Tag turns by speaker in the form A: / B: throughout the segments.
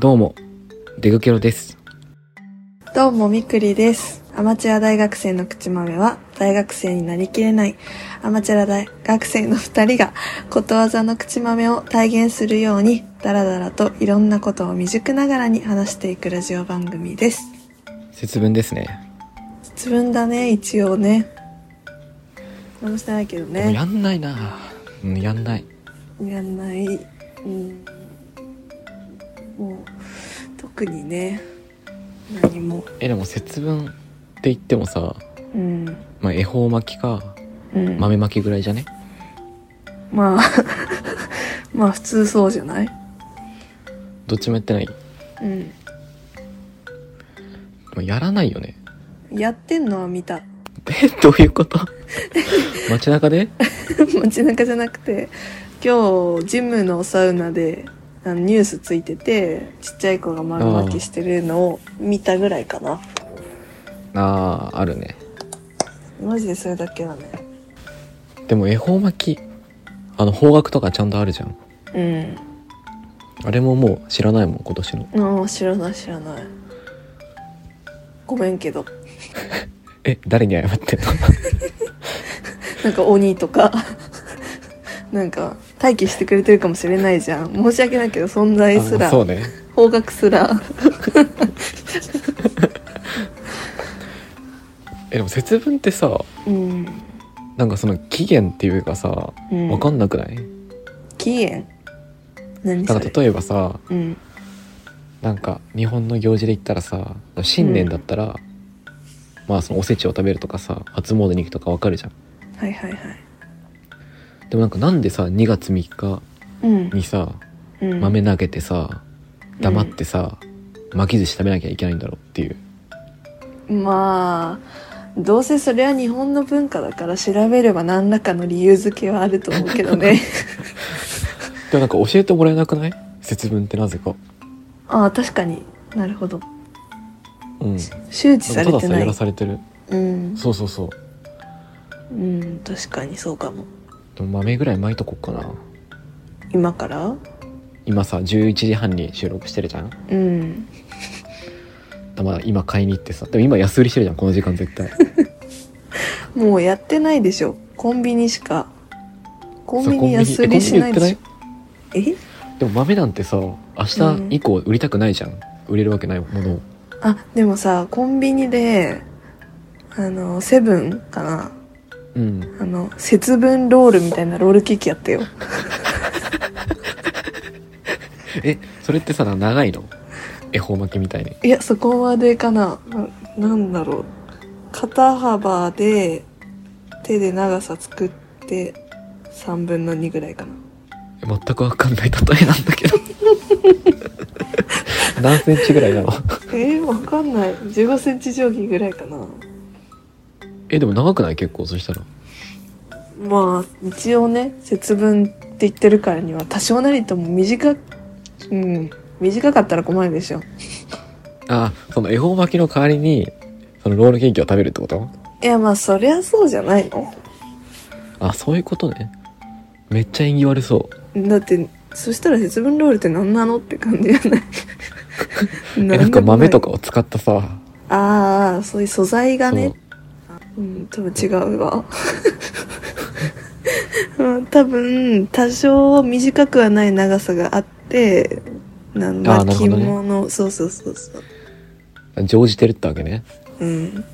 A: どうも、デグケロです。
B: どうもみくりです。アマチュア大学生の口豆は大学生になりきれないアマチュア大学生の二人がことわざの口豆を体現するようにダラダラといろんなことを未熟ながらに話していくラジオ番組です。
A: 節分ですね。
B: 節分だね、一応ね。何もしてないけど
A: もう
B: ね。
A: やんないなうん、やんない。
B: やんない。うん。もう、特にね、何も。
A: え、でも節分って言ってもさ、
B: うん。
A: まあ、恵方巻きか、
B: うん。
A: 豆巻きぐらいじゃね
B: まあ、 まあ普通そうじゃない
A: どっちもやってない。
B: うん。
A: まあやらないよね。
B: やってんのは見た。
A: え、どういうこと街中で
B: 街中じゃなくて、今日、ジムのサウナで、あのニュースついてて、ちっちゃい子が丸巻きしてるのを見たぐらいかな。
A: ああ、あるね。
B: マジでそれだけだね。
A: でも恵方巻き、あの、方角とかちゃんとあるじゃん。あれももう知らないもん、今年の。
B: うん。ああ、知らない知らない。ごめんけど。
A: え、誰に謝ってんの
B: なんか鬼とか、 なんか、待機してくれてるかもしれないじゃん。申し訳ないけど、存在す
A: あ
B: ら、
A: そうね。
B: 方角すら。
A: え、でも節分ってさ、
B: うん。
A: なんかその期限っていうかさ、
B: うん
A: わかんなくない、
B: 期限何
A: な
B: そ
A: ん
B: れ
A: か例えばさ
B: うん。
A: なんか日本の行事で言ったらさ新年だったら、まあそのおせちを食べるとかさ初詣に行くとかわかるじゃん
B: はいはいはい。
A: でもなんかなんでさ2月3日
B: うん。
A: にさ
B: うん、
A: 豆投げてさ黙ってさ、巻き寿司食べなきゃいけないんだろうっていう
B: まあどうせそれは日本の文化だから調べれば何らかの理由付けはあると思うけど ね
A: でもなんか教えてもらえなくない節分ってなぜか
B: ああ確かになるほど
A: うん
B: 周知
A: な
B: さ
A: んかただ
B: れて
A: さ
B: な
A: やら
B: い
A: されてる
B: うん、
A: そうそうそう
B: うん、確かにそうかも
A: でも豆ぐらい巻いとこっかな
B: 今から
A: 今さ11時半に収録してるじゃん
B: うん
A: まあ今買いに行ってさでも今安売りしてるじゃんこの時間絶対
B: もうやってないでしょコンビニしかコンビニ安売りし
A: そうコ
B: な
A: ン
B: い
A: ビニえコンビニ売ってない
B: でしょえ
A: でも豆なんてさ明日以降売りたくないじゃん、売れるわけないものを
B: あでもさコンビニであのセブンかな
A: うん
B: あの節分ロールみたいなロールケーキやってよ
A: えそれってさ長いの恵方巻きみたいに
B: いや、そこまでかな。ななんだろう。肩幅で、手で長さ作って、3分の2ぐらいかな。
A: 全くわかんない例えなんだけど 何センチぐらいなの
B: えー、わかんない。15センチ定規ぐらいかな。
A: えでも長くない結構そしたら
B: まあ、一応ね、節分って言ってるからには、多少なりとも短く、うん、短かったら困るでしょ。
A: あその恵方巻きの代わりにそのロールケーキを食べるってこと
B: いや、まあ、そりゃそうじゃないの
A: あそういうことねめっちゃ縁起悪そ
B: だって、そしたら節分ロールって何なのって感じじゃ ない
A: うえなんか豆と
B: か
A: かを使ったさ
B: ああそういう素材がね
A: そう
B: うん多分違うわ うん多分多少短くはない長さがあってなん
A: あー
B: だ
A: なる
B: 着
A: ほどね
B: 物、そうそうそうそう
A: 乗じてるってわけね
B: うん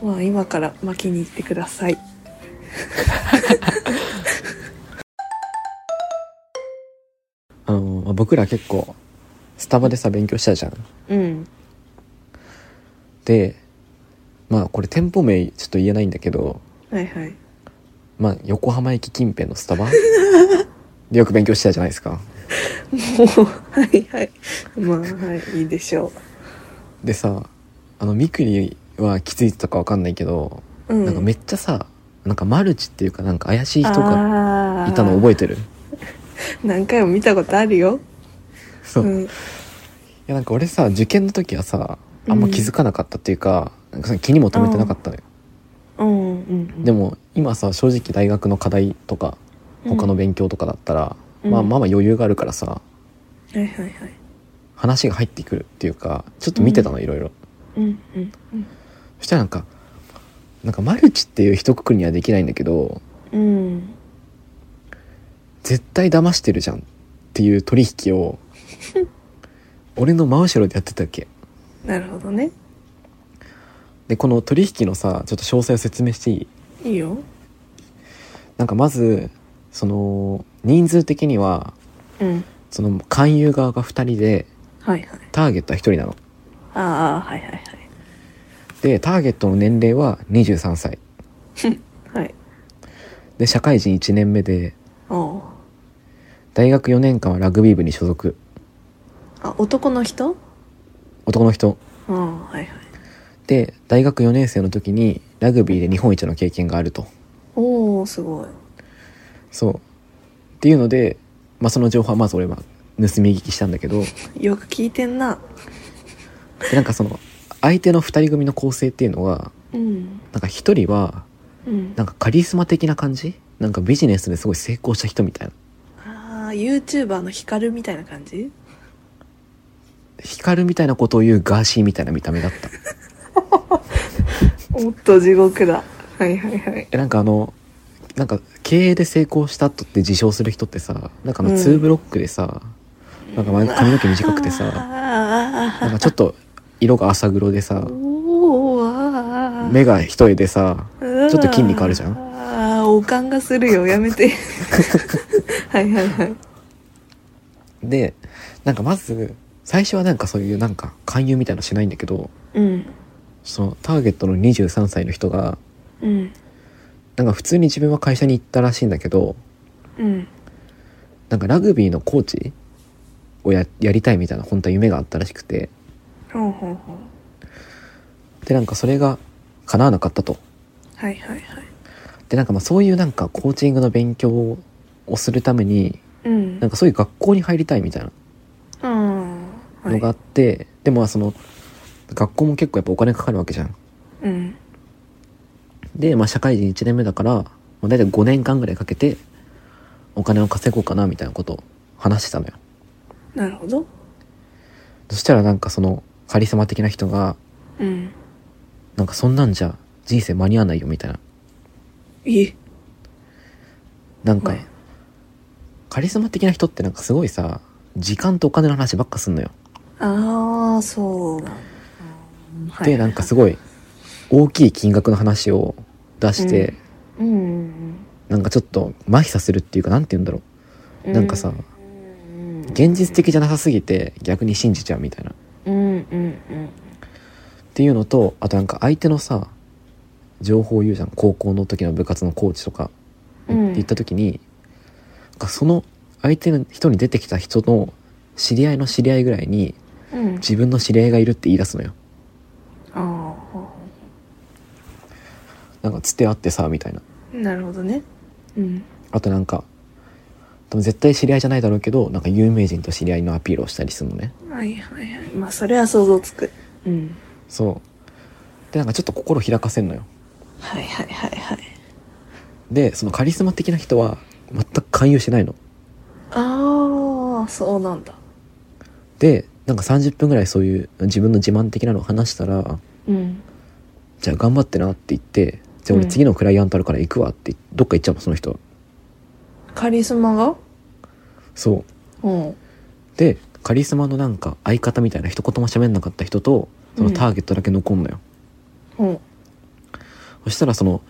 B: まあ今から巻きに行ってください
A: あの、まあ僕ら結構スタバでさ勉強したじゃん
B: うん
A: でまあこれ店舗名ちょっと言えないんだけど
B: はいはい
A: まあ横浜駅近辺のスタバでよく勉強したじゃないですか
B: もうはいはいまあはいいいでしょ
A: でさあのみくりは気づいてたかわかんないけど、
B: う、うん、
A: なんかめっちゃさなんかマルチっていうかなんか怪しい人が
B: が
A: いたの覚えてる
B: 何回も見たことあるよ
A: そう、い
B: ん
A: やなんか俺さ受験の時はさあんま気づかなかったっていうか,、なんかさ気にも留めてなかったのよ、
B: うんうん
A: で
B: も
A: も今さ正直大学の課題とか他の勉強とかだったら、
B: うん
A: まあまあまあ余裕があるからさ
B: はいはいはい
A: 話が入ってくるっていうかちょっと見てたのいろいろ
B: うんうんうん
A: そしたらなんかなんかマルチっていう一括りにはできないんだけど
B: うん
A: 絶対騙してるじゃんっていう取引を俺の真後ろでやってたわけ
B: なるほどね
A: でこの取引のさちょっと詳細を説明していい
B: いいよ
A: なんかまずその人数的には
B: うん
A: その勧誘側が2人で
B: はいはい
A: ターゲットは1人なの
B: ああはいはいはい
A: でターゲットの年齢は23歳
B: はい
A: で社会人1年目で
B: おう
A: 大学4年間はラグビー部に所属
B: あ男の人
A: 男の人
B: ああはいはい
A: で大学4年生の時にラグビーで日本一の経験があると
B: おおすごい
A: そうっていうので、まあ、その情報はまず俺は盗み聞きしたんだけど
B: よく聞いてんな
A: でなんかその相手の2人組の構成っていうのは
B: うん
A: なんか1人は
B: うん
A: なんかカリスマ的な感じなんかビジネスですごい成功した人みたいな
B: ああ YouTuber のヒカルみたいな感じ
A: 光るみたいなことを言うガーシーみたいな見た目だった
B: おっと地獄だはいはいはい
A: えなんかあのなんか経営で成功したとって自称する人ってさなんかあ
B: う
A: の
B: ん
A: 2ブロックでさ、なんか前髪の毛短くて
B: あ
A: さ
B: あ
A: なんかちょっと色が浅黒でさ
B: おおああ
A: 目が一重でさ
B: うわー
A: ちょっと筋肉あるじゃん
B: あーおかんがするよやめ てはいはいはい
A: でなんかまず最初はなんかそういうなんか勧誘みたいなのしないんだけど
B: うん
A: そのターゲットの23歳の人が
B: うん
A: なんか普通に自分は会社に行ったらしいんだけど
B: うん
A: なんかラグビーのコーチをややりたいみたいな本当は夢があったらしくて
B: ほうほうほう
A: でなんかそれが叶わなかったと。
B: はいはいはい
A: でなんかまあそういうなんかコーチングの勉強をするために
B: うん
A: なんかそういう学校に入りたいみたいな
B: うんはい
A: のがあって、でもまあその学校も結構やっぱお金かかるわけじゃん
B: うん
A: で、まあ、社会人1年目だから、まあ、大体5年間ぐらいかけてお金を稼ごうかなみたいなことを話してたのよ
B: なるほど
A: そしたらなんかそのカリスマ的な人が
B: うん
A: なんかそんなんじゃ人生間に合わないよみたいない
B: い
A: なんか、
B: はい
A: カリスマ的な人ってなんかすごいさ時間とお金の話ばっかすんのよ
B: ああそうなんだは
A: でなんかすごい大きい金額の話を出して、
B: うん
A: なんかちょっと麻痺させるっていうかなんて言うんだろ
B: う
A: うなんかさ
B: うん
A: 現実的じゃなさすぎて逆に信じちゃうみたいなっ
B: うんうんうん
A: ていうのとあとなんか相手のさ情報を言うじゃん高校の時の部活のコーチとかって
B: うん
A: 言った時に、なんかその相手の人に出てきた人の知り合いの知り合いぐらいに
B: うん
A: 自分の知り合いがいるって言い出すのよ
B: ああ
A: なんかつてあってさみたいな
B: なるほどねうん
A: あとなんか多分絶対知り合いじゃないだろうけどなんか有名人と知り合いのアピールをしたりするのね
B: はいはいはいまあそれは想像つくうん
A: そうでなんかちょっと心開かせんのよ
B: はいはいはいはい
A: でそのカリスマ的な人は全く勧誘してないの
B: ああそうなんだ
A: でなんか30分ぐらいそういう自分の自慢的なのを話したら
B: うん
A: 「じゃあ頑張ってな」って言って「じゃあ俺次のクライアントあるから行くわ」ってどっか行っちゃうのその人は
B: カリスマが
A: そう
B: うん
A: でカリスマのなんか相方みたいな一言も喋んなかった人とそのターゲットだけ残んのよ、
B: うん
A: そしたらその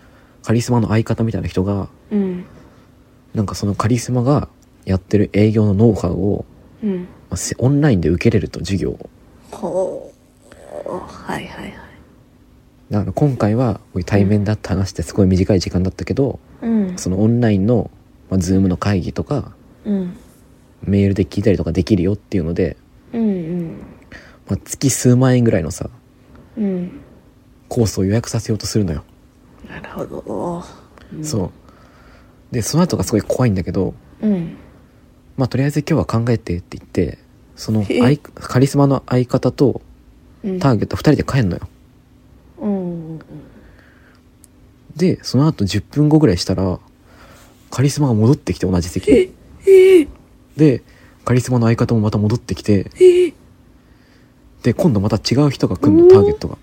A: カリスマの相方みたいな人が
B: うん
A: なんかそのカリスマがやってる営業のノウハウを
B: うん
A: まあせオンラインで受けれると授業を
B: ほうはいはいはい
A: だから今回はこういう対面だって話してすごい短い時間だったけど、
B: うん
A: そのオンラインの、まあ、ズームの会議とか
B: うん
A: メールで聞いたりとかできるよっていうので、
B: うん
A: まあ、月数万円ぐらいのさ
B: うんうん
A: コースを予約させようとするのよ、
B: なるほど
A: そうでその後がすごい怖いんだけど
B: うん
A: まあとりあえず今日は考えてって言ってその
B: へえ
A: 相カリスマの相方と
B: うん
A: ターゲット2人で帰んのよ
B: うんうん
A: でその後10分後ぐらいしたらカリスマが戻ってきて同じ席に
B: ええ
A: でカリスマの相方もまた戻ってきて
B: え
A: で今度また違う人が来るのターゲットが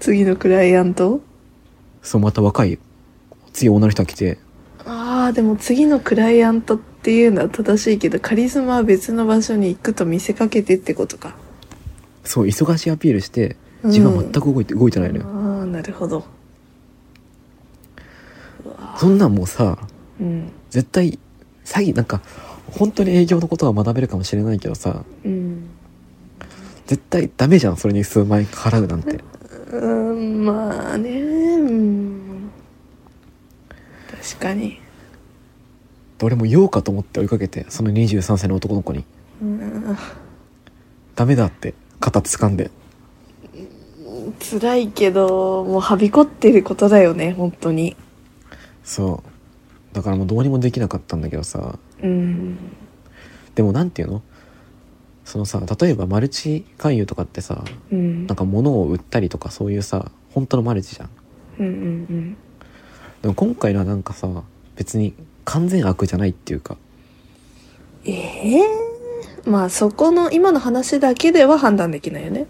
B: 次のクライアント
A: そうまた若い次女の人が来て
B: ああでも次のクライアントっていうのは正しいけどカリスマは別の場所に行くと見せかけてってことか
A: そう忙しいアピールして
B: うん
A: 自分は全く動いて,、動いてないのよ
B: ああなるほど
A: そんなんもうさ
B: うん
A: 絶対詐欺なんか本当に営業のことは学べるかもしれないけどさ
B: うん
A: 絶対ダメじゃんそれに数万円払うなんて
B: うんまあねうん確かに
A: で俺も言おうかと思って追いかけてその23歳の男の子に
B: うん
A: 「ダメだ」って肩掴んで
B: 辛いけどもうはびこってることだよね本当に
A: そうだからもうどうにもできなかったんだけどさ
B: うん
A: でもなんていうのそのさ例えばマルチ勧誘とかってさ
B: うん
A: なんか物を売ったりとかそういうさ本当のマルチじゃん
B: うんうん
A: でも今回のはなんかさ別に完全悪じゃないっていうか
B: うんええまあそこの今の話だけでは判断できないよね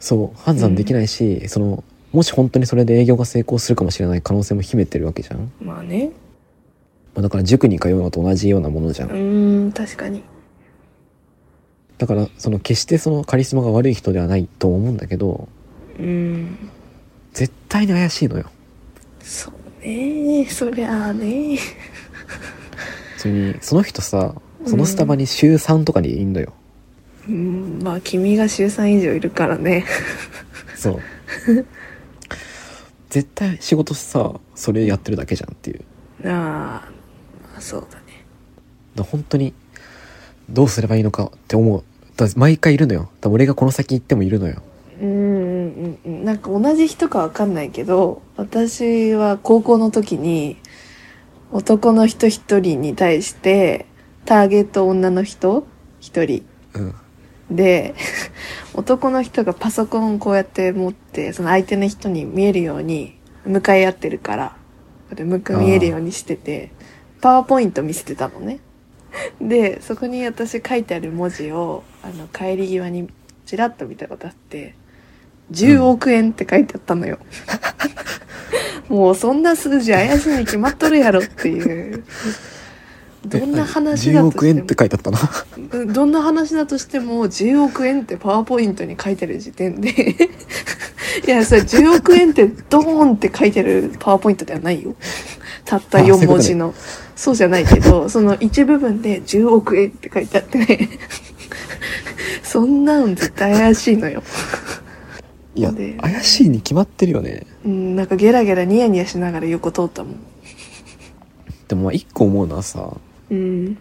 A: そう判断できないし、そのもし本当にそれで営業が成功するかもしれない可能性も秘めてるわけじゃん、ま
B: まあね
A: あだから塾に通うのと同じようなものじゃ
B: うんーん確かに
A: だからその決してそのカリスマが悪い人ではないと思うんだけど
B: うん
A: 絶対に怪しいのよ
B: そうねそりゃあね
A: それにその人さそのスタバに週3とかにいんのよ、
B: うんまあ君が週3以上いるからね
A: そう絶対仕事さそれやってるだけじゃんっていうだか
B: ああまあそうだね
A: ら本当にどうすればいいのかって思うだから毎回いるのよだから俺がこの先行ってもいるのよ
B: うんうんうんうんなんか同じ人かわかんないけど私は高校の時に男の人一人に対してターゲット女の人一人
A: うん
B: で 男の人がパソコンをこうやって持ってその相手の人に見えるように向かい合ってるからこれ向か
A: あー
B: 見えるようにしててパワーポイント見せてたのね でそこに私書いてある文字をあの帰り際にちらっと見たことあって10億円って書いてあったのよ、 もうそんな数字怪しいに決まっとるやろっていうどんな話だ
A: え10
B: としても
A: 億円って書いてあった な
B: うんどんな話だとしても10億円ってパワーポイントに書いてる時点で いやそれ10億円ってドーンって書いてるパワーポイントではないよたった
A: あそういうこと
B: 4
A: ね
B: 文字のそうじゃないけどその一部分で10億円って書いてあってね そんなん絶対怪しいのよ
A: いや
B: で
A: 怪しいに決まってるよね
B: うんなんかゲラゲラニヤニヤしながら横通ったもん
A: でもまあ一個思うのはさ
B: うん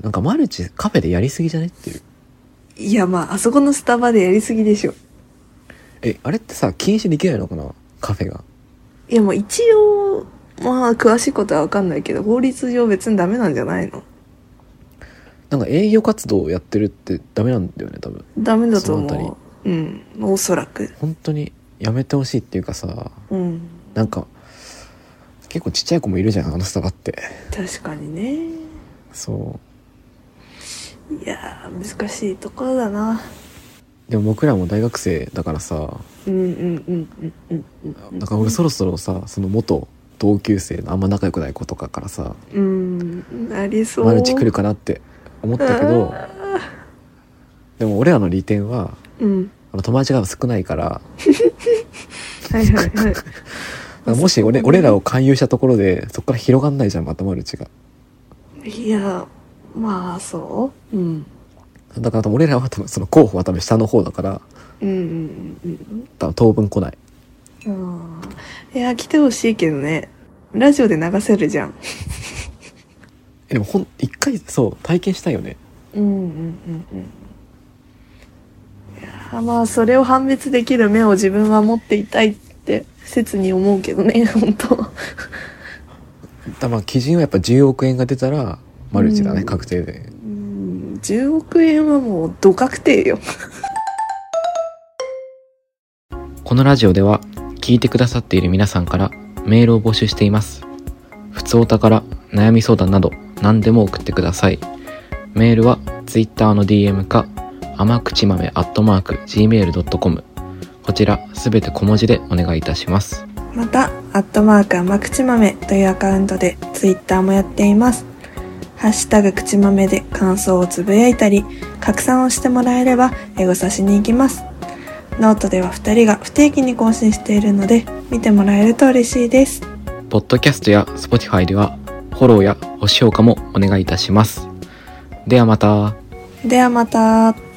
A: なんかマルチカフェでやりすぎじゃねっていう
B: いやまああそこのスタバでやりすぎでしょ
A: えあれってさ禁止できないのかなカフェが
B: いやもう一応まあ詳しいことは分かんないけど法律上別にダメなんじゃないの
A: なんか営業活動をやってるってダメなんだよね多分
B: ダメだと
A: その
B: 思ううんおそらく
A: 本当にやめてほしいっていうかさ
B: うん
A: なんか結構ちっちゃい子もいるじゃんあのスタバって
B: 確かにね
A: そ
B: いやー難しいところだな
A: うでも僕らも大学生だからさ
B: うんうんうんうんうんうん
A: だから俺そろそろさその元同級生のあんま仲良くない子とかからさ
B: うんありそう
A: マルチ来るかなって思ったけどでも俺らの利点は
B: うん
A: あの友達が少ないから
B: はいはいはい
A: もし俺俺らを勧誘したところでそこから広がんないじゃんまたマルチが
B: いやまあそううん
A: だから多分俺らは多分その候補は多分下の方だから
B: うんうんうん
A: 多分当分来ない
B: うんあーいや来てほしいけどねラジオで流せるじゃん
A: えでもほん一回そう体験したいよね
B: うんうんうんうん。いやーまあそれを判別できる目を自分は持っていたいって切に思うけどね 本当
A: だまあ基準はやっぱ10億円が出たらマルチだね、
B: うん
A: 確定で
B: うん10億円はもうど確定よ
A: このラジオでは聞いてくださっている皆さんからメールを募集していますふつおたから悩み相談など何でも送ってくださいメールは Twitter の DM か「甘口豆アットマーク gmail.com こちらすべて小文字でお願いいたします
B: また、アットマーク甘口豆というアカウントでツイッターもやっています。ハッシュタグ口豆で感想をつぶやいたり、拡散をしてもらえればエゴサしに行きます。ノートでは2人が不定期に更新しているので、見てもらえると嬉しいです。
A: ポッドキャストや Spotify ではフォローや星評価もお願いいたしますではまた
B: ではまた。